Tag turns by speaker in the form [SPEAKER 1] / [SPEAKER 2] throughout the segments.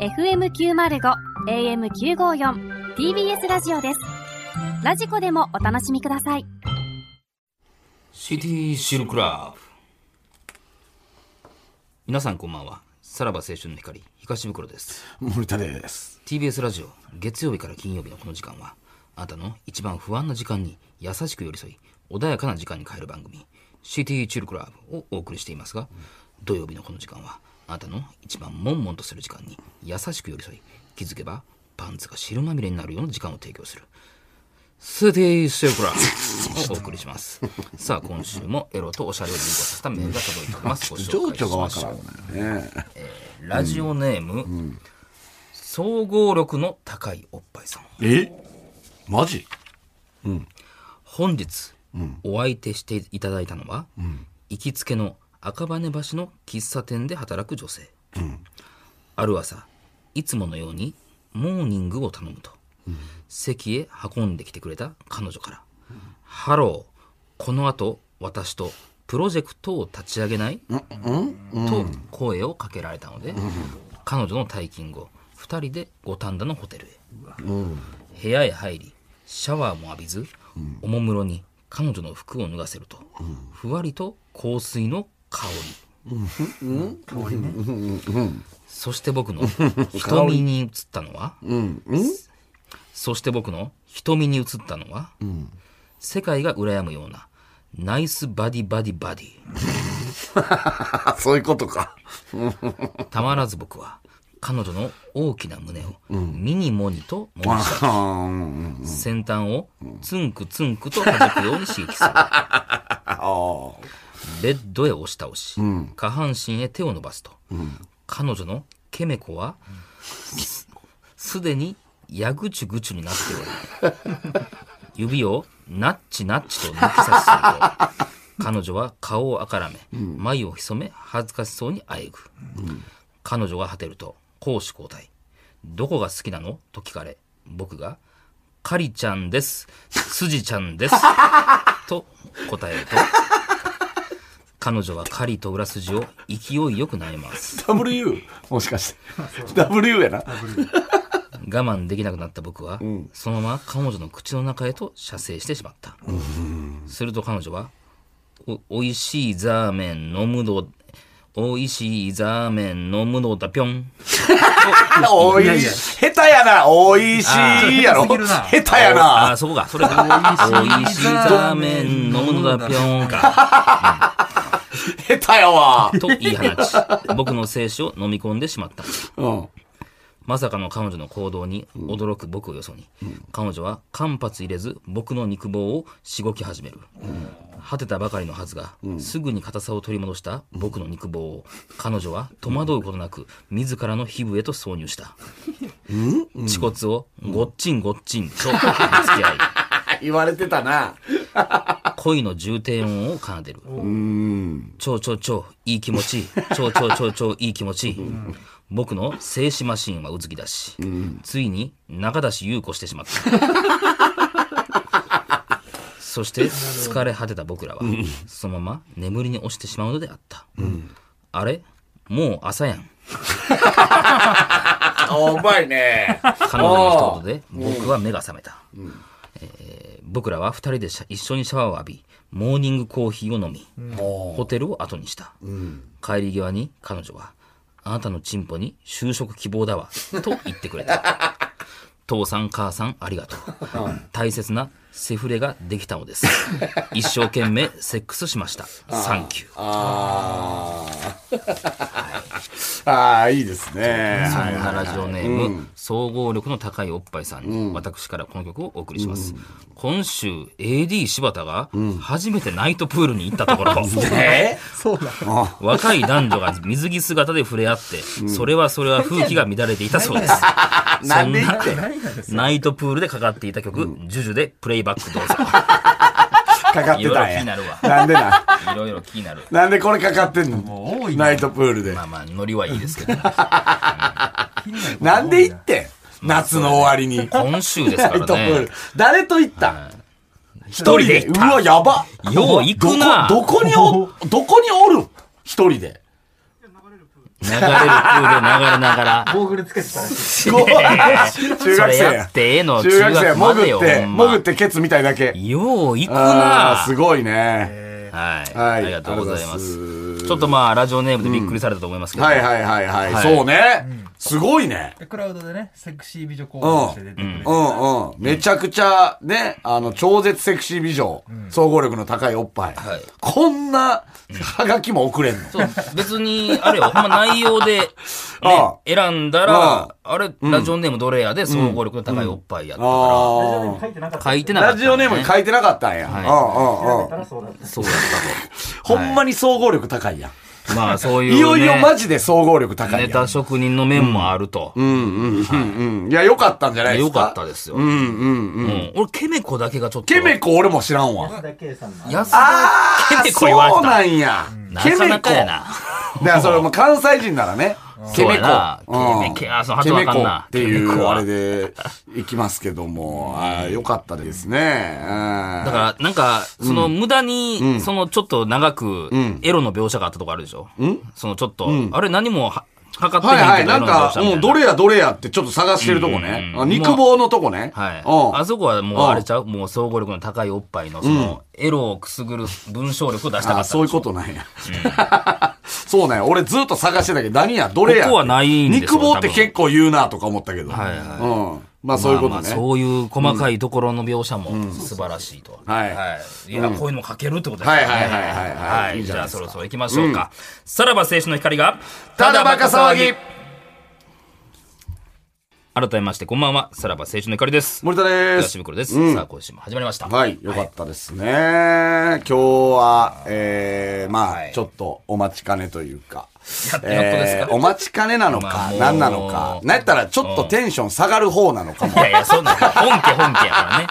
[SPEAKER 1] FM905 AM954 TBS ラジオですラジコでもお楽しみください
[SPEAKER 2] シティシルクラブ皆さんこんばんはさらば青春の光東袋です
[SPEAKER 3] 森田です。
[SPEAKER 2] TBS ラジオ月曜日から金曜日のこの時間はあなたの一番不安な時間に優しく寄り添い穏やかな時間に変える番組「シティチルクラブ」をお送りしていますが土曜日のこの時間はあなたの一番悶々とする時間に優しく寄り添い気づけばパンツが汁まみれになるような時間を提供するシティシルクラブをお送りしますさあ今週もエロとおしゃれを融合させたメールが届いておりますご紹介しましょ
[SPEAKER 3] 情緒
[SPEAKER 2] う
[SPEAKER 3] がわからんのよね。
[SPEAKER 2] ラジオネーム、総合力の高いおっぱいさん。
[SPEAKER 3] えマジ
[SPEAKER 2] 本日、お相手していただいたのは、行きつけの赤羽橋の喫茶店で働く女性。ある朝、いつものようにモーニングを頼むと、席へ運んできてくれた彼女から、ハロー、この後私とプロジェクトを立ち上げない、と声をかけられたので、彼女の退勤後2人で五反田のホテルへ、部屋へ入りシャワーも浴びず、おもむろに彼女の服を脱がせると、ふわりと香水の香り、そして僕の瞳に映ったのは、そして僕の瞳に映ったのは、世界が羨むようなナイスバディバディバディ
[SPEAKER 3] あ、 そういうことか。
[SPEAKER 2] たまらず僕は彼女の大きな胸をミニモニと申し
[SPEAKER 3] あーうんうん
[SPEAKER 2] 先端をツンクツンクと弾くように刺激するベッドへ押し倒し、下半身へ手を伸ばすと、彼女のケメコはすすでにやぐちゅぐちゅになっており指をナッチナッチと抜き差しすると彼女は顔をあからめ、眉を潜め恥ずかしそうにあえぐ、彼女が果てると攻守交代どこが好きなのと聞かれ僕が「カリちゃんです筋ちゃんです」と答えると彼女はカリと裏筋を勢いよく舐めます
[SPEAKER 3] W? もしかして。W やな。
[SPEAKER 2] 我慢できなくなった僕は、そのまま彼女の口の中へと射精してしまった、すると彼女は「おおいしいザーメン飲むのおいしいザーメン飲むのだぴょん」
[SPEAKER 3] おいしい。下手やな。おいしいやろ。
[SPEAKER 4] あー下手すぎるな
[SPEAKER 3] 下手や
[SPEAKER 2] ああ
[SPEAKER 3] な
[SPEAKER 2] ー、。そこか。それか。おいしいザーメン飲むのだぴょんか。
[SPEAKER 3] 下手やわ。
[SPEAKER 2] と言い放ち、僕の精子を飲み込んでしまった。
[SPEAKER 3] うん。
[SPEAKER 2] まさかの彼女の行動に驚く僕をよそに、彼女は間髪入れず僕の肉棒をしごき始める。果てたばかりのはずが、すぐに硬さを取り戻した僕の肉棒を、彼女は戸惑うことなく、自らの皮膚へと挿入した。恥骨をごっちんごっちんと付き合い、
[SPEAKER 3] 言われてたな。
[SPEAKER 2] 恋の重低音を奏でる。超超超いい気持ちいい。超超超超いい気持ちいい。僕の静止マシンはうずきだし、ついに中出し優子してしまった。そして疲れ果てた僕らは、そのまま眠りに落ちてしまうのであった。あれもう朝やん。
[SPEAKER 3] あうまいね。
[SPEAKER 2] 彼女の一言で僕は目が覚めた、えー僕らは2人でシャ一緒にシャワーを浴びモーニングコーヒーを飲み、ホテルを後にした、帰り際に彼女は「あなたのチンポに就職希望だわ」と言ってくれ た父さん母さんありがとう大切なセフレができたのです一生懸命セックスしましたサンキュー
[SPEAKER 3] ああ。 ああ、いいですね。
[SPEAKER 2] そんなラジオネーム、総合力の高いおっぱいさんに、私からこの曲をお送りします。今週、AD 柴田が、初めてナイトプールに行ったとこ ろ、
[SPEAKER 3] え
[SPEAKER 2] 若い男女が水着姿で触れ合って、それはそれは風紀が乱れていたそう です。
[SPEAKER 3] な
[SPEAKER 2] そ
[SPEAKER 3] ん
[SPEAKER 2] ん
[SPEAKER 3] で
[SPEAKER 2] な、ナイトプールでかかっていた曲、ジュジュでプレイバックど うぞ。
[SPEAKER 3] かかっ
[SPEAKER 2] い
[SPEAKER 3] て
[SPEAKER 2] ろいろ
[SPEAKER 3] た
[SPEAKER 2] 気
[SPEAKER 3] ん
[SPEAKER 2] にな
[SPEAKER 3] や。
[SPEAKER 2] るわ。
[SPEAKER 3] なんでな。
[SPEAKER 2] いろいろ気になる。
[SPEAKER 3] なんでこれかかってんの
[SPEAKER 4] もう多いな。
[SPEAKER 3] ナイトプールで
[SPEAKER 2] ま。あまあ、ノリはいいですけ ど、
[SPEAKER 3] なんで行ってん夏の終わりに。
[SPEAKER 2] 今週です
[SPEAKER 3] ナ
[SPEAKER 2] か
[SPEAKER 3] イ
[SPEAKER 2] ら
[SPEAKER 3] トプー
[SPEAKER 2] ね
[SPEAKER 3] ル。。誰と行った一人
[SPEAKER 2] 一
[SPEAKER 3] で。
[SPEAKER 2] 人で行っ
[SPEAKER 3] う
[SPEAKER 2] た
[SPEAKER 3] わ、やば。
[SPEAKER 2] よう行くな
[SPEAKER 3] どこどこにお、どこにおる一
[SPEAKER 2] 流
[SPEAKER 3] 人で。
[SPEAKER 2] れるプール流れながら。
[SPEAKER 4] ゴーグルつけてたらしい。
[SPEAKER 3] 中
[SPEAKER 2] そ
[SPEAKER 3] 学
[SPEAKER 2] れ
[SPEAKER 3] 生
[SPEAKER 2] や
[SPEAKER 3] や
[SPEAKER 2] ってええの
[SPEAKER 3] 中学生
[SPEAKER 2] 中学まで
[SPEAKER 3] 潜
[SPEAKER 2] よ
[SPEAKER 3] って
[SPEAKER 2] ほんま
[SPEAKER 3] 潜ってケツみたいだけ
[SPEAKER 2] よう行く
[SPEAKER 3] あ
[SPEAKER 2] な
[SPEAKER 3] ーすごいね
[SPEAKER 2] はい、
[SPEAKER 3] は
[SPEAKER 2] あ
[SPEAKER 3] い
[SPEAKER 2] りがとうございま
[SPEAKER 3] ありがとうございます
[SPEAKER 2] す。ちょっとまあ、ラジオネームでびっくりされたと思いますけど、
[SPEAKER 3] はいはいはいはい、
[SPEAKER 2] はい
[SPEAKER 3] そうね、すごいね
[SPEAKER 4] でクラウドでね、セクシー美女候補として出てくれて
[SPEAKER 3] うんうん。めちゃくちゃ、ね、あの、超絶セクシー美女、総合力の高いおっぱい。
[SPEAKER 2] はい
[SPEAKER 3] こんな、はがきも送れんの。
[SPEAKER 2] そう、別に、あれよ、ほんま内容で、ね
[SPEAKER 3] ああ、
[SPEAKER 2] 選んだ
[SPEAKER 3] あ
[SPEAKER 2] ら、あれ、ラジオネームどれやで、総合力の高いおっぱいやったか
[SPEAKER 4] ラジオネーム
[SPEAKER 3] あ
[SPEAKER 4] 書いてなかった。
[SPEAKER 2] ら、書いてな
[SPEAKER 3] あ。
[SPEAKER 2] かった、
[SPEAKER 3] ラジオネームに
[SPEAKER 2] い
[SPEAKER 3] 書いてなかったんや。
[SPEAKER 2] はい
[SPEAKER 3] うんうん
[SPEAKER 4] 調べ
[SPEAKER 3] う
[SPEAKER 4] た
[SPEAKER 3] ん。
[SPEAKER 4] らそうだった。
[SPEAKER 2] そうやっ
[SPEAKER 3] ほんまに総合力高いやん。
[SPEAKER 2] たと。まあ、そういう、ね。
[SPEAKER 3] いよいよマジで総合力高い
[SPEAKER 2] ネ
[SPEAKER 3] やん。
[SPEAKER 2] タ職人の面もあると。
[SPEAKER 3] うんうんうんうん。いや、よかったんじゃないです
[SPEAKER 2] よ
[SPEAKER 3] か。
[SPEAKER 2] かったですよ。
[SPEAKER 3] う
[SPEAKER 2] うん
[SPEAKER 3] んうんうん。
[SPEAKER 2] 俺、ケメコだけがちょっと。
[SPEAKER 3] ケメコ俺も知らんわ。
[SPEAKER 4] 安田圭さんの。
[SPEAKER 2] 安田ケメコ
[SPEAKER 3] そ
[SPEAKER 2] 言われ
[SPEAKER 3] う
[SPEAKER 2] てた。
[SPEAKER 3] なんや。
[SPEAKER 2] な
[SPEAKER 3] ケ
[SPEAKER 2] か
[SPEAKER 3] メ
[SPEAKER 2] な
[SPEAKER 3] コ。
[SPEAKER 2] かやな。
[SPEAKER 3] だからそれも関西人ならね、ケ
[SPEAKER 2] そう
[SPEAKER 3] メ
[SPEAKER 2] やな
[SPEAKER 3] コ。
[SPEAKER 2] ケメケあそう
[SPEAKER 3] ケメ
[SPEAKER 2] 初わか
[SPEAKER 3] コ
[SPEAKER 2] んな
[SPEAKER 3] ってい
[SPEAKER 2] ケメ
[SPEAKER 3] う
[SPEAKER 2] コは
[SPEAKER 3] あれでいきますけども、あーよかったですね。
[SPEAKER 2] だ
[SPEAKER 3] だ
[SPEAKER 2] から、なんか、その、無駄に、その、ちょっと長く、エロの描写があったとこあるでしょその、ちょっと、あれ、何もは、測って
[SPEAKER 3] はい
[SPEAKER 2] へん
[SPEAKER 3] は
[SPEAKER 2] け
[SPEAKER 3] い、
[SPEAKER 2] ど、
[SPEAKER 3] なんか、
[SPEAKER 2] エロの描写みたい
[SPEAKER 3] もうどれやどれやってちょっと探してるとこね。
[SPEAKER 2] うん
[SPEAKER 3] あ肉棒のとこね。
[SPEAKER 2] はい。
[SPEAKER 3] うん
[SPEAKER 2] あそこはもう、あれちゃうもう、総合力の高いおっぱいの、その、エロをくすぐる文章力を出したか
[SPEAKER 3] あ
[SPEAKER 2] った。
[SPEAKER 3] そういうことなんや。 そうなんや。俺ずっと探してたけど、何や、どれやって。
[SPEAKER 2] ここはないんですよ
[SPEAKER 3] 肉棒って
[SPEAKER 2] 多分
[SPEAKER 3] 結構言うなとか思ったけど。
[SPEAKER 2] はい
[SPEAKER 3] うん。まあそういうこと
[SPEAKER 2] まあまあ
[SPEAKER 3] ね。
[SPEAKER 2] そういう細かいところの描写も素晴らしいと。
[SPEAKER 3] はい
[SPEAKER 2] い。いや、こういうのも書けるってことです
[SPEAKER 3] はいはいはいはいはい
[SPEAKER 2] はい
[SPEAKER 3] い
[SPEAKER 2] い。
[SPEAKER 3] いじ
[SPEAKER 2] じ
[SPEAKER 3] ゃな
[SPEAKER 2] ゃ
[SPEAKER 3] い
[SPEAKER 2] あ
[SPEAKER 3] です
[SPEAKER 2] そ
[SPEAKER 3] か
[SPEAKER 2] ろそろ行きましょうか。さらば青春の光が、
[SPEAKER 3] ただバカ騒ぎ
[SPEAKER 2] 改めまして、こんばんは。さらば青春の光です。
[SPEAKER 3] 森田で
[SPEAKER 2] 東
[SPEAKER 3] す。
[SPEAKER 2] 袋です。さあ、今週も始まりました。
[SPEAKER 3] はい、よかったですね。今日は、えー、まあ、
[SPEAKER 2] はい
[SPEAKER 3] ちょっとお待ちかねというか。
[SPEAKER 2] やっとですか
[SPEAKER 3] えーお待ちかねなの
[SPEAKER 2] まあ
[SPEAKER 3] か
[SPEAKER 2] も、う
[SPEAKER 3] 何なのか。なんやったら、ちょっとテンション下がる方なのかも
[SPEAKER 2] い。やいや、そんな、本家本家やからね。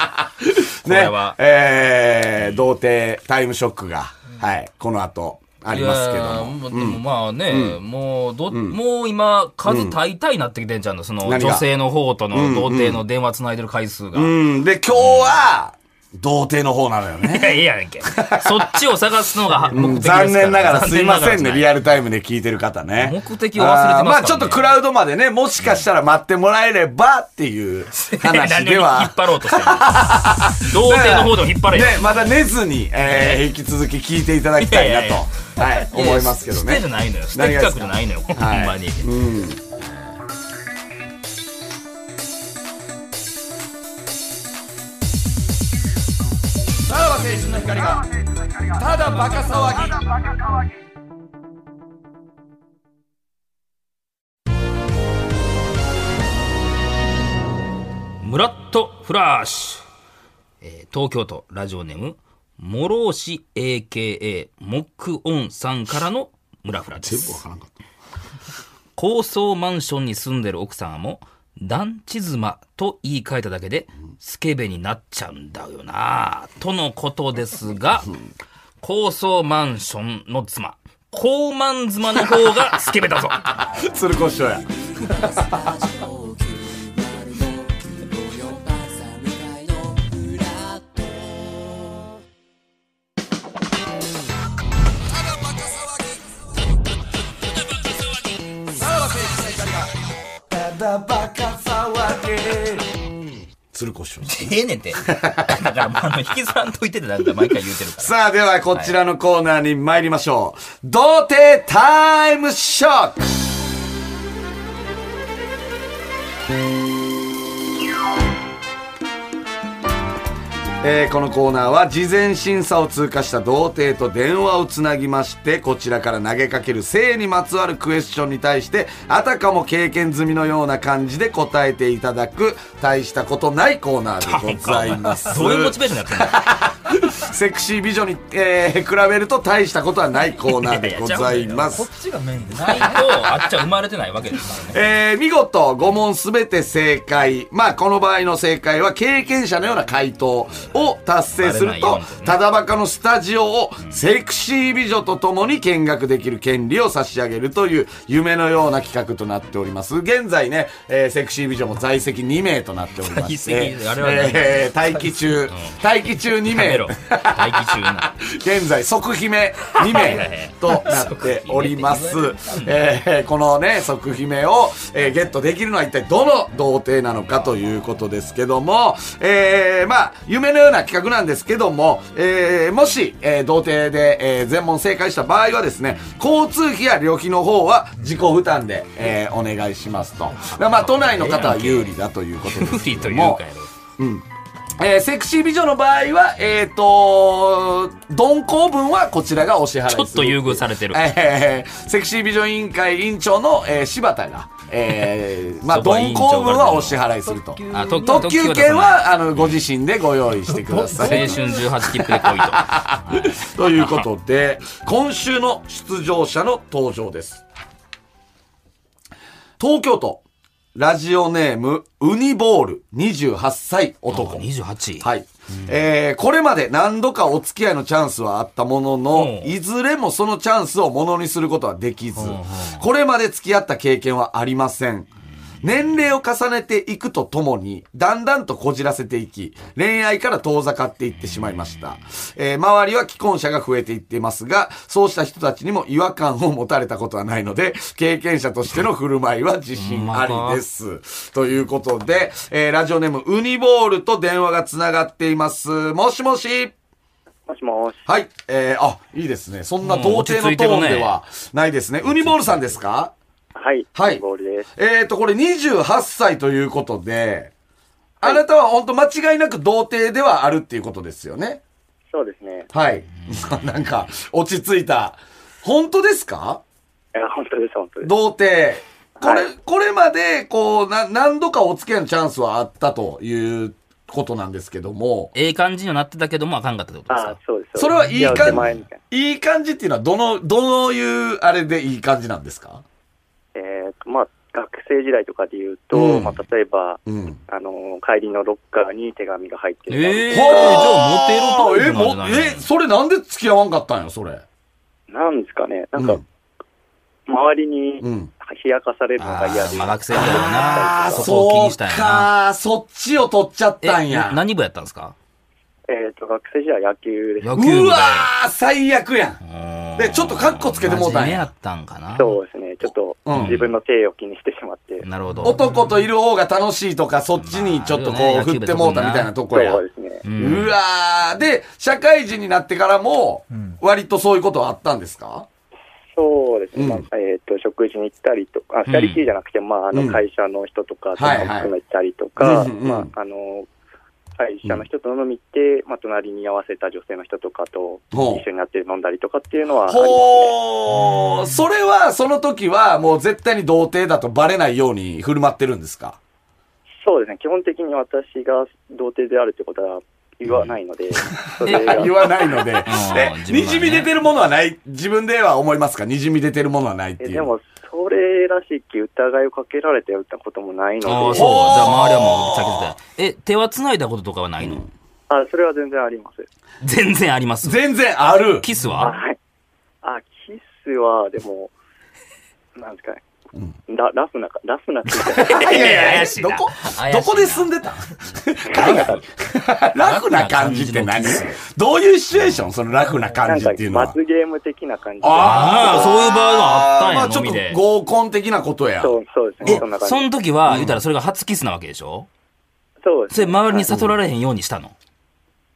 [SPEAKER 2] これ
[SPEAKER 3] ね
[SPEAKER 2] は。、
[SPEAKER 3] えー、童貞タイムショックが、はい、この後、ありますけども。
[SPEAKER 2] いやーでもまあね、もうど、もう今、数大体なってきてんじゃんの、その、
[SPEAKER 3] 何が
[SPEAKER 2] 女性の方との童貞の電話つないでる回数が。
[SPEAKER 3] うん、で、今日は、童貞の方なのよ
[SPEAKER 2] い
[SPEAKER 3] ね。
[SPEAKER 2] や、いいやんけ。そっちを探すのが目的ですから
[SPEAKER 3] 残念ながらすいませんね、リ
[SPEAKER 2] ア
[SPEAKER 3] アルタイムで聞いてる方ね。
[SPEAKER 2] 目的を忘れてますからね
[SPEAKER 3] あーまあちょっとクラウドまでね、もしかしたら待ってもらえればっていう 話で
[SPEAKER 2] 引っ
[SPEAKER 3] は。
[SPEAKER 2] 張ろうとしてる。童貞の方でも引っ張れ
[SPEAKER 3] ね
[SPEAKER 2] よ。、
[SPEAKER 3] まだ寝ずに、えー、引き続き聞いていただきたいなと、
[SPEAKER 2] いやいやい
[SPEAKER 3] はい、思いますけど
[SPEAKER 2] 捨てじゃ
[SPEAKER 3] ね。
[SPEAKER 2] ないのよ。捨て
[SPEAKER 3] 何
[SPEAKER 2] 企画
[SPEAKER 3] が
[SPEAKER 2] じゃないのよ、ほんまに。
[SPEAKER 3] さらば青春の光が、ただバカ騒ぎ。
[SPEAKER 2] ムラッとフラッシュ、えー東京都ラジオネーム諸押し AKA モックオンさんからのムラフラです高層マンションに住んでる奥さんも団地妻と言い換えただけでスケベになっちゃうんだよなとのことですが高層マンションの妻高慢妻の方がスケベだぞ
[SPEAKER 3] 鶴子師匠や。鶴子師匠。
[SPEAKER 2] ええねんてだからもうあの引きずらんといてってなんか毎回言うてるから
[SPEAKER 3] さあ、ではこちらのコーナーに参りましょう。童貞タイムショックえーこのコーナーは事前審査を通過した童貞と電話をつなぎましてこちらから投げかける性にまつわるクエスチョンに対してあたかも経験済みのような感じで答えていただく大したことないコーナーでございま す。
[SPEAKER 2] どういうモチベーションやってんの
[SPEAKER 3] セクシー美女に、えー比べると大したことはないコーナーでございま
[SPEAKER 4] こ
[SPEAKER 3] す。
[SPEAKER 4] っちがメインで
[SPEAKER 2] ないと、あっちは生まれてないわけですからね。
[SPEAKER 3] えー見事5問すべて正解。まあ、この場合の正解は経験者のような回答を達成す
[SPEAKER 2] バ
[SPEAKER 3] る
[SPEAKER 2] レないよう
[SPEAKER 3] と
[SPEAKER 2] にね、
[SPEAKER 3] ただバカのスタジオをセクシー美女と共に見学できる権利を差し上げるという夢のような企画となっております。現在ね、えーセクシー美女も在籍2名となっておりまして、
[SPEAKER 2] 在籍あれはね
[SPEAKER 3] えー待機中、待機中2名
[SPEAKER 2] ろ待機中な
[SPEAKER 3] 現在即姫2名となっておりますえーこのね即姫を、えーゲットできるのは一体どの童貞なのかということですけども、えーまあ夢のような企画なんですけども、えーもし、えー童貞で、えー全問正解した場合はですね交通費や旅費の方は自己負担で、えーお願いしますとまあ都内の方は有利だということです
[SPEAKER 2] 不
[SPEAKER 3] け
[SPEAKER 2] 利と
[SPEAKER 3] ど
[SPEAKER 2] いう
[SPEAKER 3] も
[SPEAKER 2] かやろ
[SPEAKER 3] えーセクシー美女の場合は、えっ、と、鈍行分はこちらがお支払いす
[SPEAKER 2] ち
[SPEAKER 3] る。
[SPEAKER 2] ょっと優遇されてる
[SPEAKER 3] えーセクシー美女委員会委員長の、えー柴田が、え ーまあ、
[SPEAKER 2] そこは委
[SPEAKER 3] 鈍
[SPEAKER 2] 員長
[SPEAKER 3] 行
[SPEAKER 2] から
[SPEAKER 3] 分はお支払いすると。
[SPEAKER 2] あ特
[SPEAKER 3] 特急券は、あの、ご自身でご用意してくださ
[SPEAKER 2] 青
[SPEAKER 3] い。
[SPEAKER 2] 春18切符で来いと
[SPEAKER 3] ということで、今週の出場者の登場です。東京都、ラジオネーム、ウニボール、28歳男。
[SPEAKER 2] 28
[SPEAKER 3] はい。えーこれまで何度かお付き合いのチャンスはあったものの
[SPEAKER 2] う、ん
[SPEAKER 3] いずれもそのチャンスをものにすることはできず
[SPEAKER 2] んうん、
[SPEAKER 3] これまで付き合った経験はありません。年齢を重ねていくとともに、だんだんとこじらせていき、恋愛から遠ざかっていってしまいました。えー周りは既婚者が増えていっていますが、そうした人たちにも違和感を持たれたことはないので、経験者としての振る舞いは自信ありです。ということで、えーラジオネーム、ウニボールと電話がつながっています。もしもし
[SPEAKER 5] もしもし。
[SPEAKER 3] はい。えーあ、いいですね。そんな童貞
[SPEAKER 2] うん落ち
[SPEAKER 3] のト
[SPEAKER 2] 着いて
[SPEAKER 3] ー
[SPEAKER 2] る
[SPEAKER 3] ン
[SPEAKER 2] ね
[SPEAKER 3] ではないですね。ウニボールさんですか
[SPEAKER 5] はい。
[SPEAKER 3] はい
[SPEAKER 5] ボールです。
[SPEAKER 3] えーと、これ28歳ということで、あなたは本当間違いなく童貞ではあるっていうことですよね。
[SPEAKER 5] そうですね。
[SPEAKER 3] はい。 なんか、落ち着いた。本当ですか
[SPEAKER 5] いや、本当です、本当です。
[SPEAKER 3] 童貞。これ、
[SPEAKER 5] はい
[SPEAKER 3] これまで、こう、な、何度かお付き合いのチャンスはあったということなんですけども、
[SPEAKER 2] ええ感じにはなってたけどもあかんかったってことです
[SPEAKER 5] あ
[SPEAKER 2] か
[SPEAKER 5] そうです。
[SPEAKER 3] それはいい
[SPEAKER 5] 付き合う手
[SPEAKER 3] 感
[SPEAKER 5] 前みたい
[SPEAKER 3] じ、いい感じっていうのは、どの、どのいう、あれでいい感じなんですか
[SPEAKER 5] な。えー、まあ、学生時代とかで言うと、
[SPEAKER 3] うん
[SPEAKER 5] まあ、例えば、
[SPEAKER 3] うん。
[SPEAKER 5] あのー帰りのロッカーに手紙が入ってたり
[SPEAKER 2] えー、じゃ
[SPEAKER 3] は
[SPEAKER 2] あモテるタイプなんじゃないの
[SPEAKER 3] え、もえ、それなんで付き合わんかったんよ、それ。
[SPEAKER 5] なんですかね、なんか、
[SPEAKER 3] うん
[SPEAKER 5] 周りに
[SPEAKER 3] うん
[SPEAKER 5] 冷やかされるのが嫌
[SPEAKER 2] あ
[SPEAKER 5] で、
[SPEAKER 2] ーまあ学生だよな
[SPEAKER 3] あー
[SPEAKER 2] そこを気にしたんや
[SPEAKER 3] そう
[SPEAKER 2] な
[SPEAKER 3] かそっちを取っちゃったんや
[SPEAKER 2] え。何部やったんですか
[SPEAKER 5] えっ、と、学生時代は野球です。
[SPEAKER 2] 野球部で
[SPEAKER 3] うわー最悪やん。
[SPEAKER 2] うん
[SPEAKER 3] でちょっとカッコつけてもうた
[SPEAKER 2] 真面
[SPEAKER 3] んや
[SPEAKER 2] 目やったんかな
[SPEAKER 5] そうですね、ちょっと、
[SPEAKER 3] うん
[SPEAKER 5] 自分の手を気にしてしまって、
[SPEAKER 2] なるほど
[SPEAKER 3] 男といる方が楽しいとか、そっちにちょっと
[SPEAKER 2] まあある
[SPEAKER 3] こう、
[SPEAKER 2] よね
[SPEAKER 3] 振ってもうたみたいなとこや。
[SPEAKER 5] そう
[SPEAKER 3] う
[SPEAKER 5] ですね。
[SPEAKER 2] うん
[SPEAKER 3] わーで、社会人になってからも
[SPEAKER 4] うん、
[SPEAKER 3] 割とそういうことはあったんですか
[SPEAKER 5] そうですね、
[SPEAKER 3] うん
[SPEAKER 5] まあえっ、と、食事に行ったりとか、あ二人きりじゃなくて、まあ、あ
[SPEAKER 3] う
[SPEAKER 5] の、
[SPEAKER 3] ん
[SPEAKER 5] 会社の人とかとかも含めたりと
[SPEAKER 3] はい
[SPEAKER 5] か、
[SPEAKER 3] はいうんうん
[SPEAKER 5] まあ、あの、会社の人と飲み行って、まあ、隣に合わせた女性の人とかと
[SPEAKER 3] ほう
[SPEAKER 5] 一緒になって飲んだりとかっていうのはありますね。
[SPEAKER 3] ほー。それは、その時は、もう絶対に童貞だとバレないように振る舞ってるんですか
[SPEAKER 5] そうですね、基本的に私が童貞であるってことは言わないので、それ が、
[SPEAKER 3] 言わないので。え、
[SPEAKER 2] 自分はね
[SPEAKER 3] にじみ出てるものはない自分では思いますかにじみ出てるものはないってい
[SPEAKER 5] え
[SPEAKER 3] う。
[SPEAKER 5] でも、それらしき疑いをかけられて打ったこともない
[SPEAKER 2] あ
[SPEAKER 5] の
[SPEAKER 2] あ、
[SPEAKER 5] で、
[SPEAKER 2] そう。
[SPEAKER 5] あ
[SPEAKER 2] じゃあ周りはもう避けてた。え、手は繋いだこととかはないの、
[SPEAKER 5] それは全然あります。
[SPEAKER 2] 全然あります。
[SPEAKER 3] 全然ある。
[SPEAKER 2] キス
[SPEAKER 5] あ、
[SPEAKER 2] は
[SPEAKER 5] はい。あ、キスは、でも、なんですかね。ララフなか、ラフなキスじゃない
[SPEAKER 3] いやいや
[SPEAKER 2] 怪しいな
[SPEAKER 3] どこ
[SPEAKER 2] 怪しい
[SPEAKER 3] ど
[SPEAKER 2] な
[SPEAKER 3] こで住んでた海外ラフな感じって何どういうシチュエーションそのラフな
[SPEAKER 5] な
[SPEAKER 3] 感
[SPEAKER 5] ん
[SPEAKER 3] じ
[SPEAKER 5] か
[SPEAKER 3] っていう、のは
[SPEAKER 5] 罰。ゲーム的な感じで。
[SPEAKER 2] あーそういう場合があったんや
[SPEAKER 3] まあちょっ
[SPEAKER 2] 飲みで
[SPEAKER 3] と合コン的なことや。
[SPEAKER 5] そう、そうです
[SPEAKER 2] え
[SPEAKER 5] ね。そんな、感じ。
[SPEAKER 2] その時は、言うたらそれが初キスなわけでしょ
[SPEAKER 5] そうです
[SPEAKER 2] それ
[SPEAKER 5] ね、
[SPEAKER 2] 周りに
[SPEAKER 5] はい
[SPEAKER 2] 悟られへんようにした の。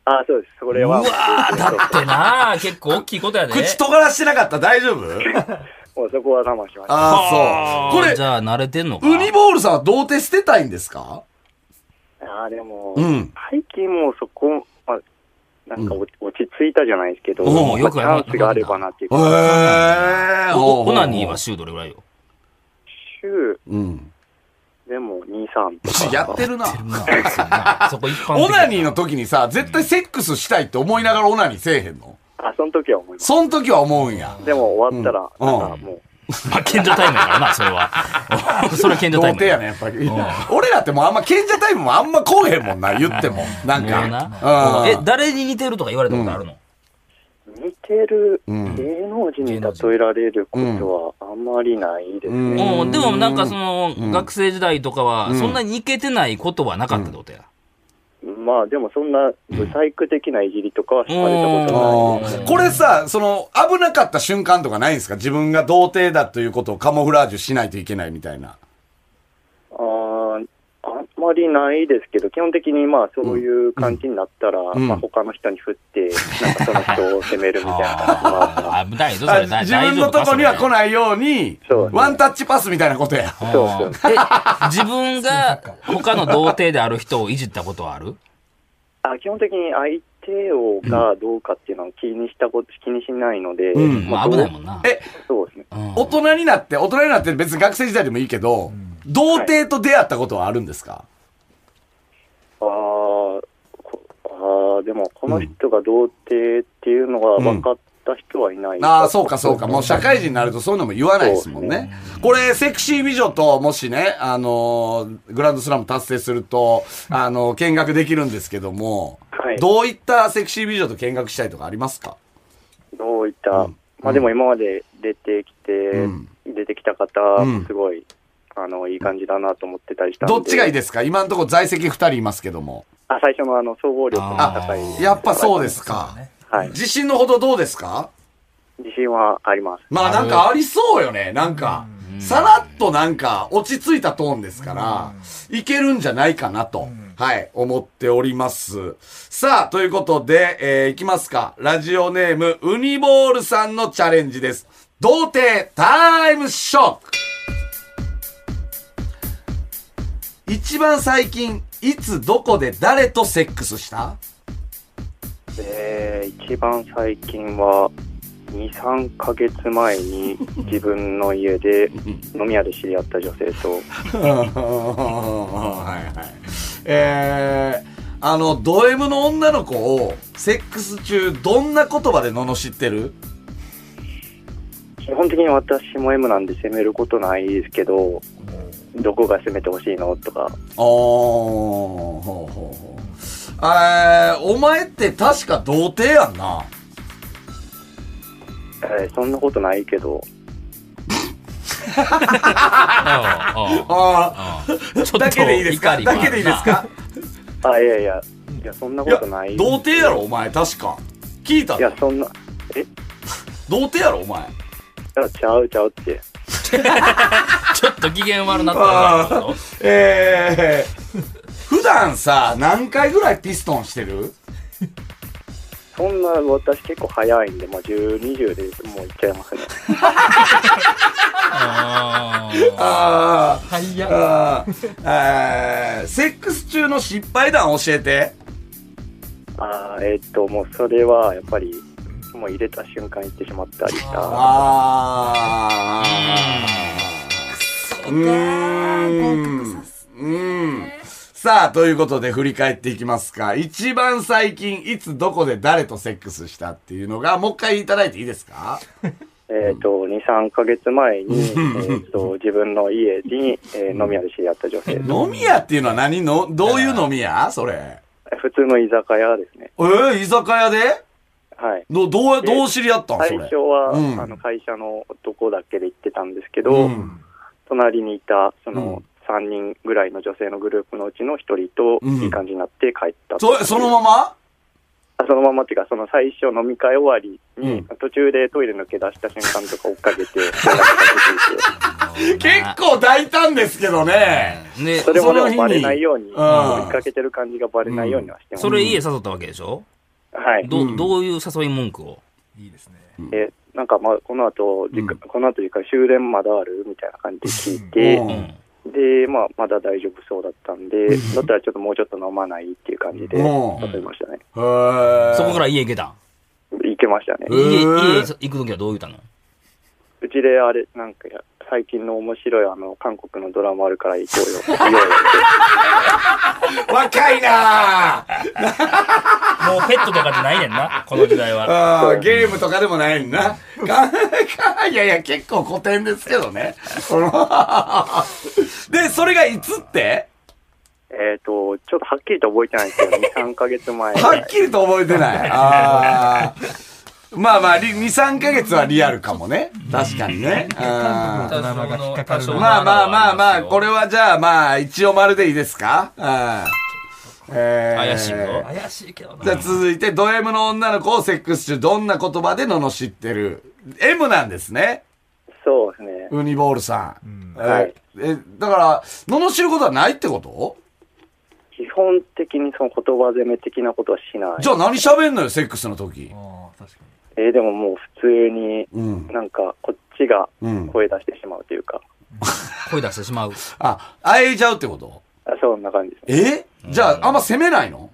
[SPEAKER 5] あ、そうです。それは、
[SPEAKER 2] うわー、だってなー、結構大きい ことやで。
[SPEAKER 3] 口尖らしてなかった大丈夫
[SPEAKER 5] もうそこは我慢しました。
[SPEAKER 3] ああ、そう。これ
[SPEAKER 2] じ、ゃあ慣れてんのか。
[SPEAKER 3] ウニボールさんは童貞捨てたいんですか
[SPEAKER 5] あーでも、
[SPEAKER 3] うん
[SPEAKER 5] 最近もうそこ、まあ、なんかお、落ち着いたじゃないですけど、
[SPEAKER 2] おーよく
[SPEAKER 5] チ
[SPEAKER 2] やら
[SPEAKER 5] ャンスがあればなっていう
[SPEAKER 3] へえ
[SPEAKER 5] か、
[SPEAKER 3] ー。
[SPEAKER 2] お
[SPEAKER 3] ほうほうほう
[SPEAKER 2] オナニーは週どれぐ らいよ
[SPEAKER 5] 週
[SPEAKER 3] うん。
[SPEAKER 5] でも2、3とか。
[SPEAKER 3] やってるな。
[SPEAKER 2] そこ一般的
[SPEAKER 3] オナニーの時にさ、絶対セックスしたいって思いながらオナニーせえへんの
[SPEAKER 5] あ、その時は思います。
[SPEAKER 3] そん時は思うんや。
[SPEAKER 5] でも終わったら、
[SPEAKER 3] うん
[SPEAKER 5] なんかもう、
[SPEAKER 2] まあ、賢者タイムやからな、それは。 それは賢者
[SPEAKER 3] 童
[SPEAKER 2] タイム
[SPEAKER 3] 貞やね、やっぱり。俺らってもうあんま賢者タイムもあんまこうへんもんな、言っても。なん
[SPEAKER 2] もう
[SPEAKER 3] か。
[SPEAKER 2] な
[SPEAKER 3] うん
[SPEAKER 2] え、誰に似てるとか言われたことあるの、
[SPEAKER 5] 似てる
[SPEAKER 3] ん
[SPEAKER 5] 芸能人に例えられることはあんまりないです
[SPEAKER 3] うん
[SPEAKER 5] ね。
[SPEAKER 2] うんでもなんかその、学生時代とかは、そんなに似けてないことはなかったってことや。
[SPEAKER 5] うーん、まあでもそんなブサイク的ないじりとかはされたことないです、
[SPEAKER 3] あーこれさ、その、危なかった瞬間とかないんですか自分が童貞だということをカモフラージュしないといけないみたいな。
[SPEAKER 5] あーあんまりないですけど、基本的にまあそういう感じになったら、
[SPEAKER 3] ん
[SPEAKER 5] まあ、他の人に振って、なんかその人を責めるみたいな感じもあっ た
[SPEAKER 2] あ危ないぞ、そ
[SPEAKER 3] あ
[SPEAKER 2] れ。大
[SPEAKER 3] 自分のとこには来
[SPEAKER 2] い。
[SPEAKER 3] ないように
[SPEAKER 5] そう、ね
[SPEAKER 3] ワンタッチパスみたいなことや。
[SPEAKER 5] そう
[SPEAKER 2] うんえ自分が他の童貞である人をいじったことはある
[SPEAKER 5] あ基本的に相手をがどうかっていうのを気にしたこと、気にしないので、
[SPEAKER 3] ん
[SPEAKER 2] まあ危ないもんな。
[SPEAKER 3] え、
[SPEAKER 5] そうですね。
[SPEAKER 2] うん
[SPEAKER 3] 大人になって、大人になって別に学生時代でもいいけど、童貞と出会ったことはあるんですか
[SPEAKER 5] あーこあー、でもこの人が童貞っていうのが分かった人はいない。
[SPEAKER 3] ああ、そうかそうか。もう社会人になるとそういうのも言わないですもんね。これ、セクシー美女と、もしね、あのーグランドスラム達成すると、あのー見学できるんですけども、
[SPEAKER 5] はい
[SPEAKER 3] どういったセクシー美女と見学したいとかありますか
[SPEAKER 5] どういった、まあでも今まで出てきて、
[SPEAKER 3] うん
[SPEAKER 5] 出てきた方
[SPEAKER 3] うん、
[SPEAKER 5] すごい、あの、いい感じだなと思ってたりしたんで。
[SPEAKER 3] どっちがいいですか今のところ在籍二人いますけども。
[SPEAKER 5] あ、最初のあの、総合力が高い。
[SPEAKER 3] やっぱそうですか。
[SPEAKER 5] はい。
[SPEAKER 3] 自信のほどどうですか
[SPEAKER 5] 自信はあります。
[SPEAKER 3] まあなんかありそうよね。なんか、さらっとなんか落ち着いたトーンですから、いけるんじゃないかなと、はい、思っております。さあ、ということで、えーいきますか。ラジオネーム、ウニボールさんのチャレンジです。童貞タイムショック一番最近、いつどこで誰とセックスした
[SPEAKER 5] えー、一番最近は23ヶ月前に自分の家で飲み屋で知り合った女性と
[SPEAKER 3] はいはい。えー、あの、ド M の女の子を、セックス中、どんな言葉で罵ってる
[SPEAKER 5] 基本的に私も M なんで責めることないですけどどこが責めてほしいのとか
[SPEAKER 3] あー、ほうほうほう。えー、お前って確か童貞やんな。
[SPEAKER 5] えーそんなことないけど
[SPEAKER 2] うんうん
[SPEAKER 3] あ
[SPEAKER 2] うんちょっと
[SPEAKER 3] だけでいいです
[SPEAKER 2] 怒
[SPEAKER 3] か
[SPEAKER 2] りもある
[SPEAKER 3] だ
[SPEAKER 2] な
[SPEAKER 3] けでいいです か
[SPEAKER 5] あいやいやいやそんないこ
[SPEAKER 3] や
[SPEAKER 5] とない、
[SPEAKER 3] 童貞やろ、お前、確か。聞いた
[SPEAKER 5] いやそんな
[SPEAKER 3] 童貞やろ、お前。
[SPEAKER 5] いやちゃうちゃうって
[SPEAKER 2] ちょっと機嫌悪なったな
[SPEAKER 3] えー、普段さ、何回ぐらいピストンしてる
[SPEAKER 5] そんな私結構早いんでもう1020でもういっちゃ いますね
[SPEAKER 2] うん
[SPEAKER 3] あー
[SPEAKER 4] はいや。
[SPEAKER 3] あーえーセックス中の失敗談教えて。
[SPEAKER 5] あーえーっともうそれはやっぱりもう入れた瞬間行ってしまったりした
[SPEAKER 3] ああ。うーん。うん。さあ、ということで振り返っていきますか。一番最近、いつどこで誰とセックスしたっていうのが、もう一回いただいていいですか
[SPEAKER 5] えっ、と、2、3ヶ月前に、 えっ、と、自分の家に、えー飲み屋で知り合った女性。
[SPEAKER 3] 飲み屋っていうのは何の、どういう飲み屋それ。
[SPEAKER 5] 普通の居酒屋ですね。
[SPEAKER 3] えー、居酒屋で
[SPEAKER 5] はい。
[SPEAKER 3] どどう、どう知り合ったんそ
[SPEAKER 5] 最
[SPEAKER 3] れ。
[SPEAKER 5] 初は、
[SPEAKER 3] うん
[SPEAKER 5] あの、会社の男だけで行ってたんですけ
[SPEAKER 3] う
[SPEAKER 5] ど、
[SPEAKER 3] ん。
[SPEAKER 5] 隣にいた、そうの
[SPEAKER 3] ん、
[SPEAKER 5] 3人ぐらいの女性のグループのうちの1人と、
[SPEAKER 3] うん
[SPEAKER 5] いい感じになって帰ったっていう、
[SPEAKER 3] そ、そのまま
[SPEAKER 5] あそのままっていうか、その最初飲み会終わりに、
[SPEAKER 3] うん
[SPEAKER 5] 途中でトイレ抜け出した瞬間とか追っかけて、
[SPEAKER 3] 結構大胆ですけどね。
[SPEAKER 2] ね
[SPEAKER 5] それもでもバレない
[SPEAKER 3] そ
[SPEAKER 5] よ
[SPEAKER 3] の
[SPEAKER 5] う
[SPEAKER 3] 日
[SPEAKER 5] に、
[SPEAKER 3] にうん
[SPEAKER 5] 追いかけてる感じがバレないようにはしてます。
[SPEAKER 2] それ家誘ったわけでしょ
[SPEAKER 5] はい。
[SPEAKER 2] ど,、
[SPEAKER 3] う
[SPEAKER 2] うんどういう誘い文句を
[SPEAKER 4] いいですね。
[SPEAKER 5] えなんかまあこの後、時
[SPEAKER 3] う
[SPEAKER 5] 間
[SPEAKER 3] ん
[SPEAKER 5] この後時間終電まだあるみたいな感じで聞いうて、
[SPEAKER 2] うん
[SPEAKER 5] で、まあ、まだ大丈夫そうだったんで、だったらちょっともうちょっと飲まないっていう感じで、
[SPEAKER 3] うん
[SPEAKER 5] 誘いましたね。
[SPEAKER 3] へー
[SPEAKER 2] そこから家行けたん
[SPEAKER 5] 行けましたね
[SPEAKER 3] う。ん
[SPEAKER 2] 家
[SPEAKER 3] へえ
[SPEAKER 2] 家行く時はどう言ったの
[SPEAKER 5] うちであれ、なんかや最近の面白いあの、韓国のドラマあるから行こうよ。行こうよ
[SPEAKER 3] 若いな あ
[SPEAKER 2] もうペットとかじゃないねん なこの時代は
[SPEAKER 3] あーゲームとかでもないんな。か かいやいや、結構古典ですけどね。 そので、それがいつって
[SPEAKER 5] えっと、ちょっとはっきりと覚えてないんですけど、2、3ヶ月前。
[SPEAKER 3] はっきりと覚え てない。あーまあまあ、り2、3ヶ月はリアルかもね。確かにね。あー
[SPEAKER 4] ドラマが引っかかるな
[SPEAKER 3] まあまあまあまあ、これはじゃあまあ、一応丸でいいですかあーえー
[SPEAKER 2] 怪しいぞ
[SPEAKER 4] 怪しいけど
[SPEAKER 3] じゃあ
[SPEAKER 4] な。
[SPEAKER 3] 続いて、ド M の女の子をセックス中、どんな言葉で罵ってる ?M なんですね。
[SPEAKER 5] そうですね。
[SPEAKER 3] ウニボールさん。えー
[SPEAKER 5] はい
[SPEAKER 3] え、だから、罵ることはないってこと
[SPEAKER 5] 基本的にその言葉攻め的なことはしない。
[SPEAKER 3] じゃあ何喋んのよ、セックスの時。
[SPEAKER 4] ああ、確か
[SPEAKER 5] えーでももう普通に
[SPEAKER 3] うん。
[SPEAKER 5] なんかこっちが
[SPEAKER 3] うん
[SPEAKER 5] 声出してしまうというか、
[SPEAKER 2] 声出してしまう。
[SPEAKER 3] あ、あえいちゃうってこと
[SPEAKER 5] あそんな感じです
[SPEAKER 3] え
[SPEAKER 5] ね。
[SPEAKER 3] じゃあ、あんま責めないの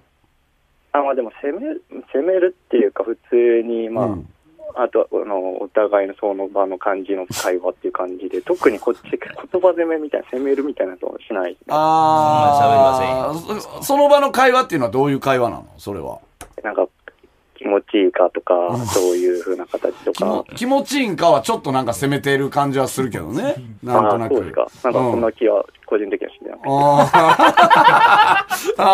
[SPEAKER 5] あまあでも攻める攻めるっていうか普通にまあ、
[SPEAKER 3] うん
[SPEAKER 5] あとはあのお互いのその場の感じの会話っていう感じで特にこっち言葉攻めみたいな攻めるみたいなことはしない
[SPEAKER 3] あ
[SPEAKER 2] そんなに喋りませんよ
[SPEAKER 3] そその場の会話っていうのはどういう会話なのそれは。
[SPEAKER 5] なんか気持ちいいかとかそういう風な形と
[SPEAKER 3] 気も
[SPEAKER 5] か。
[SPEAKER 3] 気持ちいいんかはちょっとなんか攻めてる感じはするけどね。なんと
[SPEAKER 5] あ
[SPEAKER 3] な
[SPEAKER 5] あ
[SPEAKER 3] く。
[SPEAKER 5] そうですか。なんかそん
[SPEAKER 3] う
[SPEAKER 5] な気は個人的にはしてない。
[SPEAKER 3] あーあ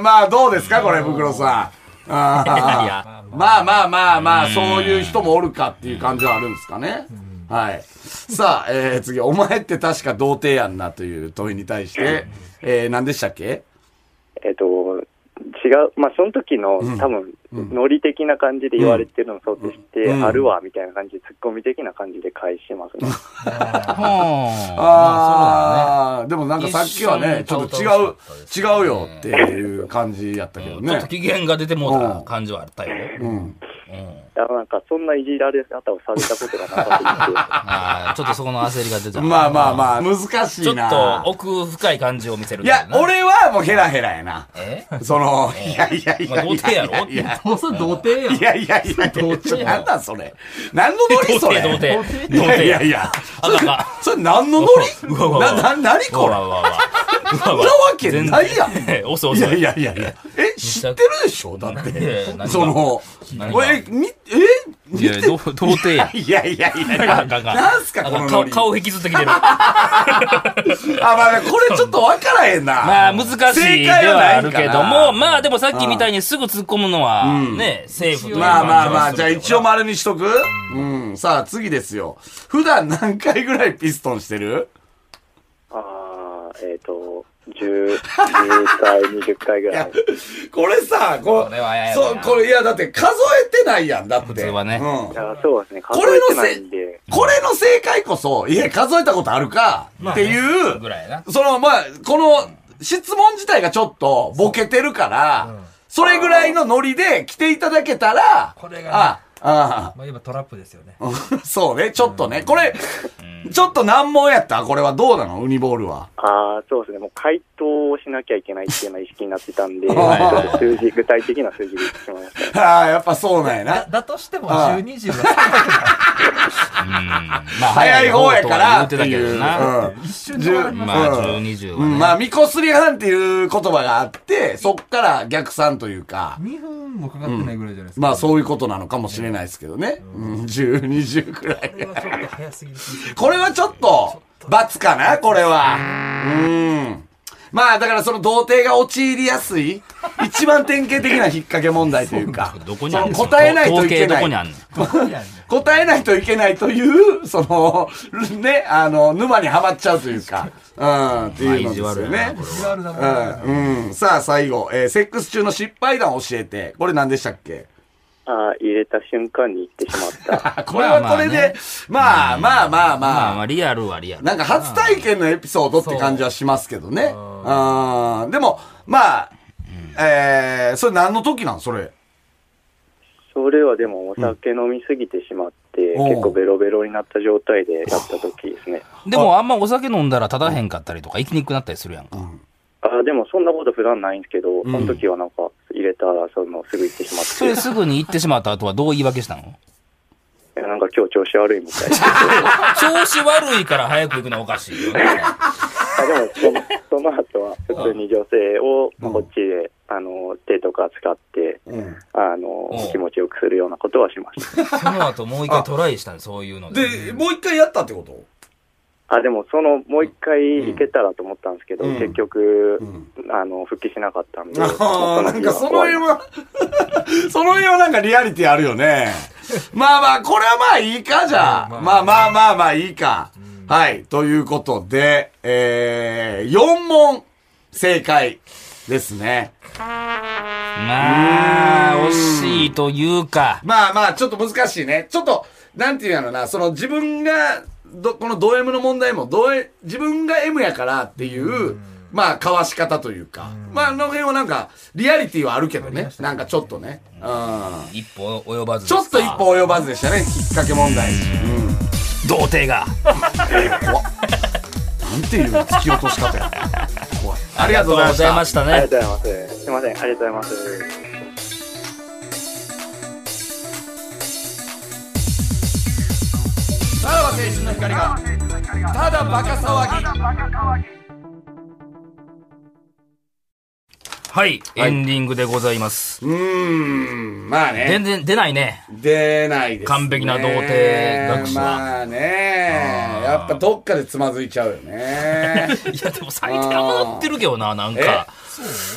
[SPEAKER 3] ー、まあどうですかこれ、ブクロさん。あ
[SPEAKER 2] い
[SPEAKER 3] ー
[SPEAKER 2] や、
[SPEAKER 3] まあまあまあまあ、そういう人もおるかっていう感じはあるんですかね。はい。さあ、えー次、お前って確か童貞やんなという問いに対して、えー何でしたっけ
[SPEAKER 5] えっ、と、違う、まあ、その時の、多分、ノリ的な感じで言われてるのを想定して、
[SPEAKER 3] うん
[SPEAKER 5] あるわ、みたいな感じで、ツッコミ的な感じで返しますね。
[SPEAKER 3] ああ、でもなんかさっきはね、ち
[SPEAKER 2] 一
[SPEAKER 3] ょ
[SPEAKER 2] 緒
[SPEAKER 3] っ
[SPEAKER 2] に
[SPEAKER 3] と違
[SPEAKER 2] 歌う歌う
[SPEAKER 3] う、違うよっていう感じやったけど
[SPEAKER 2] ちょっ
[SPEAKER 3] ね
[SPEAKER 2] と。機嫌が出てもうた感じはあったよ。
[SPEAKER 3] うん。
[SPEAKER 5] だからなんか、そんないじられ方をされたことが なかっ
[SPEAKER 2] あーちょっとそこの焦りが出た。
[SPEAKER 3] まあまあまあ、難し
[SPEAKER 2] ちょっ
[SPEAKER 3] いな。
[SPEAKER 2] と奥深い感じを見せる
[SPEAKER 3] いや、
[SPEAKER 2] な
[SPEAKER 3] 俺はもうヘラヘラやな。
[SPEAKER 2] え
[SPEAKER 3] その、いやいやい
[SPEAKER 2] お前
[SPEAKER 3] や
[SPEAKER 2] 童
[SPEAKER 3] い
[SPEAKER 2] 貞
[SPEAKER 3] や
[SPEAKER 2] や
[SPEAKER 3] いや
[SPEAKER 2] ろ
[SPEAKER 3] いや。
[SPEAKER 4] に。もうそれ童貞やん
[SPEAKER 3] いやいやいや、
[SPEAKER 4] 童貞
[SPEAKER 3] なんだそれ。何のノリ
[SPEAKER 2] 童
[SPEAKER 3] それ。
[SPEAKER 2] 貞、童貞。
[SPEAKER 3] い
[SPEAKER 2] 童
[SPEAKER 3] や
[SPEAKER 2] 貞
[SPEAKER 3] い
[SPEAKER 2] や
[SPEAKER 3] や。いや。
[SPEAKER 2] あかんあ
[SPEAKER 3] それ何のノリ
[SPEAKER 2] うわうわうわ
[SPEAKER 3] な、な、
[SPEAKER 2] かん。
[SPEAKER 3] 何これ。
[SPEAKER 2] わわわわ。そ
[SPEAKER 3] そんなわけないやん。
[SPEAKER 2] 遅い
[SPEAKER 3] い
[SPEAKER 2] 遅
[SPEAKER 3] や
[SPEAKER 2] い。
[SPEAKER 3] いやいやいや。え、知ってるでしょだっ
[SPEAKER 2] いや
[SPEAKER 3] て
[SPEAKER 2] いや何。が
[SPEAKER 3] その
[SPEAKER 2] 何、が
[SPEAKER 3] 俺、み、え
[SPEAKER 2] いや、童貞や。
[SPEAKER 3] いやいやいやいや。なんすか、このノ
[SPEAKER 2] 顔
[SPEAKER 3] リ。
[SPEAKER 2] 顔引きずってきて る。
[SPEAKER 3] あ、まあ、これちょっと分からへんな。
[SPEAKER 2] まあ難しい
[SPEAKER 3] 正
[SPEAKER 2] で
[SPEAKER 3] 解は
[SPEAKER 2] は
[SPEAKER 3] な
[SPEAKER 2] あ
[SPEAKER 3] い
[SPEAKER 2] る
[SPEAKER 3] か
[SPEAKER 2] け
[SPEAKER 3] ら
[SPEAKER 2] ども、まあでもさっきみたいにすぐ突っ込むのはね、セーフという
[SPEAKER 3] まあまあまあ、
[SPEAKER 2] 感
[SPEAKER 3] じ
[SPEAKER 2] はする
[SPEAKER 3] ゃあ
[SPEAKER 2] け
[SPEAKER 3] 一
[SPEAKER 2] ど
[SPEAKER 3] 応丸にしとくうん。さあ次ですよ。普段何回ぐらいピストンしてる
[SPEAKER 5] た。あーえっ、と、10、10回、20回ぐ
[SPEAKER 3] い
[SPEAKER 5] ら
[SPEAKER 3] や
[SPEAKER 5] い。、
[SPEAKER 3] これさ、こ
[SPEAKER 2] これはやや
[SPEAKER 3] そう、これ、いや、だって数えてないやん、だって。
[SPEAKER 2] 通はね
[SPEAKER 5] い
[SPEAKER 3] うん。
[SPEAKER 5] や、そうですね。数
[SPEAKER 3] これの
[SPEAKER 5] え
[SPEAKER 3] せ
[SPEAKER 5] てないんで。
[SPEAKER 3] これの正解こそ、いや、数えたことあるか、っていう、
[SPEAKER 2] ぐらいやな。
[SPEAKER 3] その、まあ、この、質問自体がちょっとボケてるから、それぐらいのノリで来ていただけたら、
[SPEAKER 4] これがね
[SPEAKER 3] あ、あ、
[SPEAKER 4] まあ、今トラップですよね。
[SPEAKER 3] そうね、ちょっとね。これ、ちょっと難問やったこれはどうなのウニボールは。
[SPEAKER 5] ああ、そうですね。もう回答をしなきゃいけないっていうような意識になってたんで、ちょ
[SPEAKER 3] はい
[SPEAKER 5] っと数字、具体的な数字で言ってしまいました。
[SPEAKER 3] ああ、やっぱそうなんや
[SPEAKER 4] だ
[SPEAKER 3] な。
[SPEAKER 4] だとしても、
[SPEAKER 3] ああ
[SPEAKER 4] 12時は
[SPEAKER 2] まあ
[SPEAKER 3] 早い方やからっ
[SPEAKER 2] 早い方
[SPEAKER 3] て
[SPEAKER 2] とは言うてたけ
[SPEAKER 3] い
[SPEAKER 2] ど
[SPEAKER 3] う。
[SPEAKER 2] な。
[SPEAKER 3] うん
[SPEAKER 4] 一瞬
[SPEAKER 3] じ
[SPEAKER 4] で
[SPEAKER 3] ゅ
[SPEAKER 4] 終わります。
[SPEAKER 2] まあ
[SPEAKER 3] うん
[SPEAKER 2] 12十は
[SPEAKER 3] う
[SPEAKER 2] ね
[SPEAKER 3] んまあ、みこすり犯っていう言葉があって、そっから逆算というか、
[SPEAKER 4] 2分もかかってないぐらいじゃないですか。
[SPEAKER 3] まあそういうことなのかもしれないですけどね。うん、10、20くらい
[SPEAKER 4] こ。れはちょっと早すぎる。
[SPEAKER 3] これはちょっと、罰かなこれは。うん。まあだからその童貞が陥りやすい、一番典型的な引っ掛け問題というか、
[SPEAKER 2] どこにあんの
[SPEAKER 3] その答えないといけない
[SPEAKER 2] 統計どこにあんの
[SPEAKER 4] いや
[SPEAKER 3] 答えないといけないという、その、ね、あの、沼にはまっちゃうというか、うん、っていうのですよ
[SPEAKER 2] まあ
[SPEAKER 3] ね
[SPEAKER 2] 意地悪やなこ。
[SPEAKER 4] 意地悪だな。
[SPEAKER 3] うん、うん。さあ最後、えーセックス中の失敗談を教えて、これ何でしたっけ
[SPEAKER 5] ああ、入れた瞬間に行ってしまった。
[SPEAKER 3] あ これはこれで、まあまあまあ
[SPEAKER 2] まあ
[SPEAKER 3] ま
[SPEAKER 2] ま
[SPEAKER 3] あ、
[SPEAKER 2] あリアルはリアル。
[SPEAKER 3] なんか初体験のエピソードって感じはしますけどね。あーでも、まあ、えー、それ何の時なんそれ。
[SPEAKER 5] それはでもお酒飲みすぎてしまって、
[SPEAKER 3] うん
[SPEAKER 5] 結構ベロベロになった状態でやった時ですね。
[SPEAKER 2] でもあんまお酒飲んだら立たへんかったりとか行きにくくなったりするやんか。
[SPEAKER 5] あでもそんなこと普段ないんですけど、その時はなんか入れたらそのすぐ行ってしま
[SPEAKER 2] それ
[SPEAKER 5] っ
[SPEAKER 2] すぐに行ってしまった後はどう言い訳したの
[SPEAKER 5] て、なんか今日調子悪いみたいな。
[SPEAKER 2] 調子悪いから早く行くのはおかしいよ ね。
[SPEAKER 5] あでもそのその後は普通に女性をこっちで、あの手とか使って、あの
[SPEAKER 2] うん
[SPEAKER 5] 気持ちよくするようなことはしました。
[SPEAKER 2] その後もう一回トライしたの、そういうので。
[SPEAKER 3] で、もう一回やったってこと
[SPEAKER 5] あでもそのもう一回行けたらと思ったんですけど、
[SPEAKER 3] うん
[SPEAKER 5] 結局、
[SPEAKER 3] ん
[SPEAKER 5] あの復帰しなかったんで、
[SPEAKER 3] ああ、 なんかその辺
[SPEAKER 5] は
[SPEAKER 3] は、 その辺はなんかリアリティあるよね。 まあまあ、これはまあいいか、じゃあ。
[SPEAKER 4] まあ
[SPEAKER 3] まあまあまあまあいいか。はい。ということで、えー、4問正解。ですね。
[SPEAKER 2] まあ、惜しいというか、
[SPEAKER 3] まあまあ、ちょっと難しいね。ちょっと、なんていうやろな、その自分が、どこのド M の問題も、ド M 自分が M やからっていう、まあ、かわし方というか。まあ、あの辺はなんか、リアリティはあるけどね。なんかちょっとね。うん。
[SPEAKER 2] 一歩及ばず
[SPEAKER 3] ちょっと一歩及ばずでしたね、きっかけ問題。うん。
[SPEAKER 2] 童貞が。
[SPEAKER 3] なんていう突き落とし方や。怖い。ありがとうございました。
[SPEAKER 2] した
[SPEAKER 5] ありがとうございます。すいません、ありがとうございます。
[SPEAKER 3] さらば青春の光がただバカ騒ぎ
[SPEAKER 2] はい、
[SPEAKER 3] はい
[SPEAKER 2] エンディングでございます。
[SPEAKER 3] うーんまあ
[SPEAKER 2] 全
[SPEAKER 3] ね
[SPEAKER 2] 然出ないね。
[SPEAKER 3] 出ないですね
[SPEAKER 2] 完璧な童貞学士は
[SPEAKER 3] まあねやっぱどっかでつまずいちゃうよ ね
[SPEAKER 2] いや、でも最低は戻ってるけどな、なんか。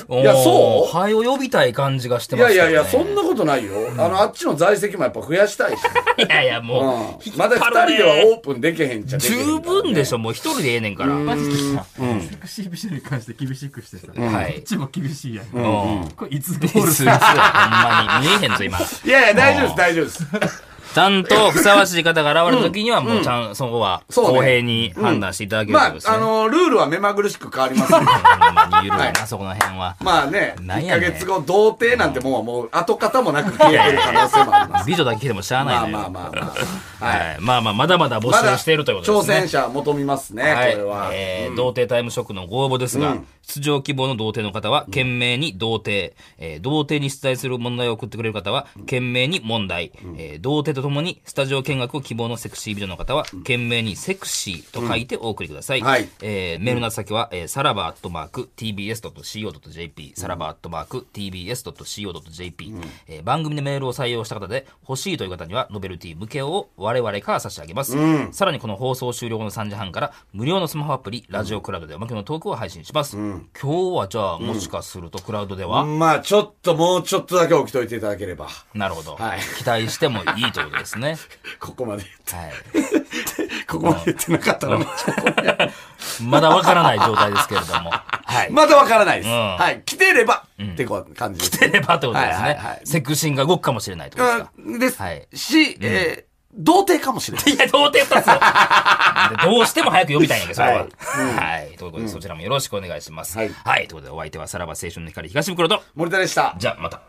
[SPEAKER 2] そう
[SPEAKER 3] いやそう
[SPEAKER 2] ハエを呼びたい感じがして
[SPEAKER 3] い
[SPEAKER 2] ま
[SPEAKER 3] や
[SPEAKER 2] す
[SPEAKER 3] いやいや
[SPEAKER 2] けど
[SPEAKER 3] そ
[SPEAKER 2] ね
[SPEAKER 3] んなことないよあのあっちの在籍もやっぱ増やした いし、
[SPEAKER 2] いやいや、
[SPEAKER 3] うん
[SPEAKER 2] もう、、
[SPEAKER 3] まだ
[SPEAKER 2] 引っ張
[SPEAKER 3] 2
[SPEAKER 2] るね
[SPEAKER 3] 人ではオープンできへんっちゃできへんか
[SPEAKER 2] 十
[SPEAKER 3] らね
[SPEAKER 2] 分でしょ、もう一人でええねんから。
[SPEAKER 4] マジでさ、セクシービジュアルに関して厳しくしてさ、こ
[SPEAKER 2] は
[SPEAKER 4] っ
[SPEAKER 2] い。
[SPEAKER 4] ちも厳しいやん。
[SPEAKER 2] うん。ほん
[SPEAKER 4] これいつゴールする
[SPEAKER 2] まに見えへんぞ、今。
[SPEAKER 3] い やいや大丈夫です大丈夫です
[SPEAKER 2] ちゃんとふさわしい方が現れた時には、もうちゃん、そこは、
[SPEAKER 3] そうね
[SPEAKER 2] 公平に判断していただけるという
[SPEAKER 3] ま
[SPEAKER 2] ことです
[SPEAKER 3] ああ
[SPEAKER 2] ね。
[SPEAKER 3] のルールは目まぐるしく変わりますんで
[SPEAKER 2] ほんまに緩い
[SPEAKER 3] はい
[SPEAKER 2] な、そこの辺は。
[SPEAKER 3] まあね
[SPEAKER 2] なん
[SPEAKER 3] 1
[SPEAKER 2] や
[SPEAKER 3] ヶ
[SPEAKER 2] ねん
[SPEAKER 3] 月後童貞なんてもうもう跡形もなく消えてる可能性もあります
[SPEAKER 2] 美女だけ来てもしゃあない
[SPEAKER 3] まあ
[SPEAKER 2] ね。
[SPEAKER 3] まあまあまあ。はい。
[SPEAKER 2] はい。まあまあ、まだまだ募集しているということですね。
[SPEAKER 3] 挑戦者求みますね、
[SPEAKER 2] はい
[SPEAKER 3] これは。
[SPEAKER 2] えー童貞タイムショックのご応募ですが、
[SPEAKER 3] うん
[SPEAKER 2] 出場希望の童貞の方は、懸命に童貞、えー童貞に出題する問題を送ってくれる方は、懸命に問題、えー童貞とともにスタジオ見学を希望のセクシー美女の方は、懸命にセクシーと書いてお送りください。
[SPEAKER 3] はい
[SPEAKER 2] えーメールの宛先は、えーさらばアットマーク tbs.co.jp、さらばアットマーク tbs.co.jp、えー番組でメールを採用した方で欲しいという方にはノベルティ向けを我々から差し上げます、さらにこの放送終了後の3時半から無料のスマホアプリラジオクラウドでおまけのトークを配信します、今日はじゃあもしかするとクラウドでは、
[SPEAKER 3] まあ、ちょっともうちょっとだけ置きといていただければ。
[SPEAKER 2] なるほど、
[SPEAKER 3] はい
[SPEAKER 2] 期待してもいいということですね
[SPEAKER 3] ここまで、
[SPEAKER 2] はい
[SPEAKER 3] ここまで言ってなかったらめっちゃ怒るやん
[SPEAKER 2] まだわからない状態ですけれど もはい
[SPEAKER 3] まだわからないです。
[SPEAKER 2] うん
[SPEAKER 3] はい。来てれば、ってこう感じです。
[SPEAKER 2] 出ればってことですね、
[SPEAKER 3] はいはいはい
[SPEAKER 2] セクシーが動くかもしれないってことですか、
[SPEAKER 3] うんです
[SPEAKER 2] はい。
[SPEAKER 3] し、えー童貞かもしれない
[SPEAKER 2] いや、童貞二つ よでどうしても早く呼びたいんやけど、それは。はい。ということで、そちらもよろしくお願いします。
[SPEAKER 3] は
[SPEAKER 2] はいい。ということで、お相手はさらば青春の光東袋と、
[SPEAKER 3] 森田でした。
[SPEAKER 2] じゃあ、また。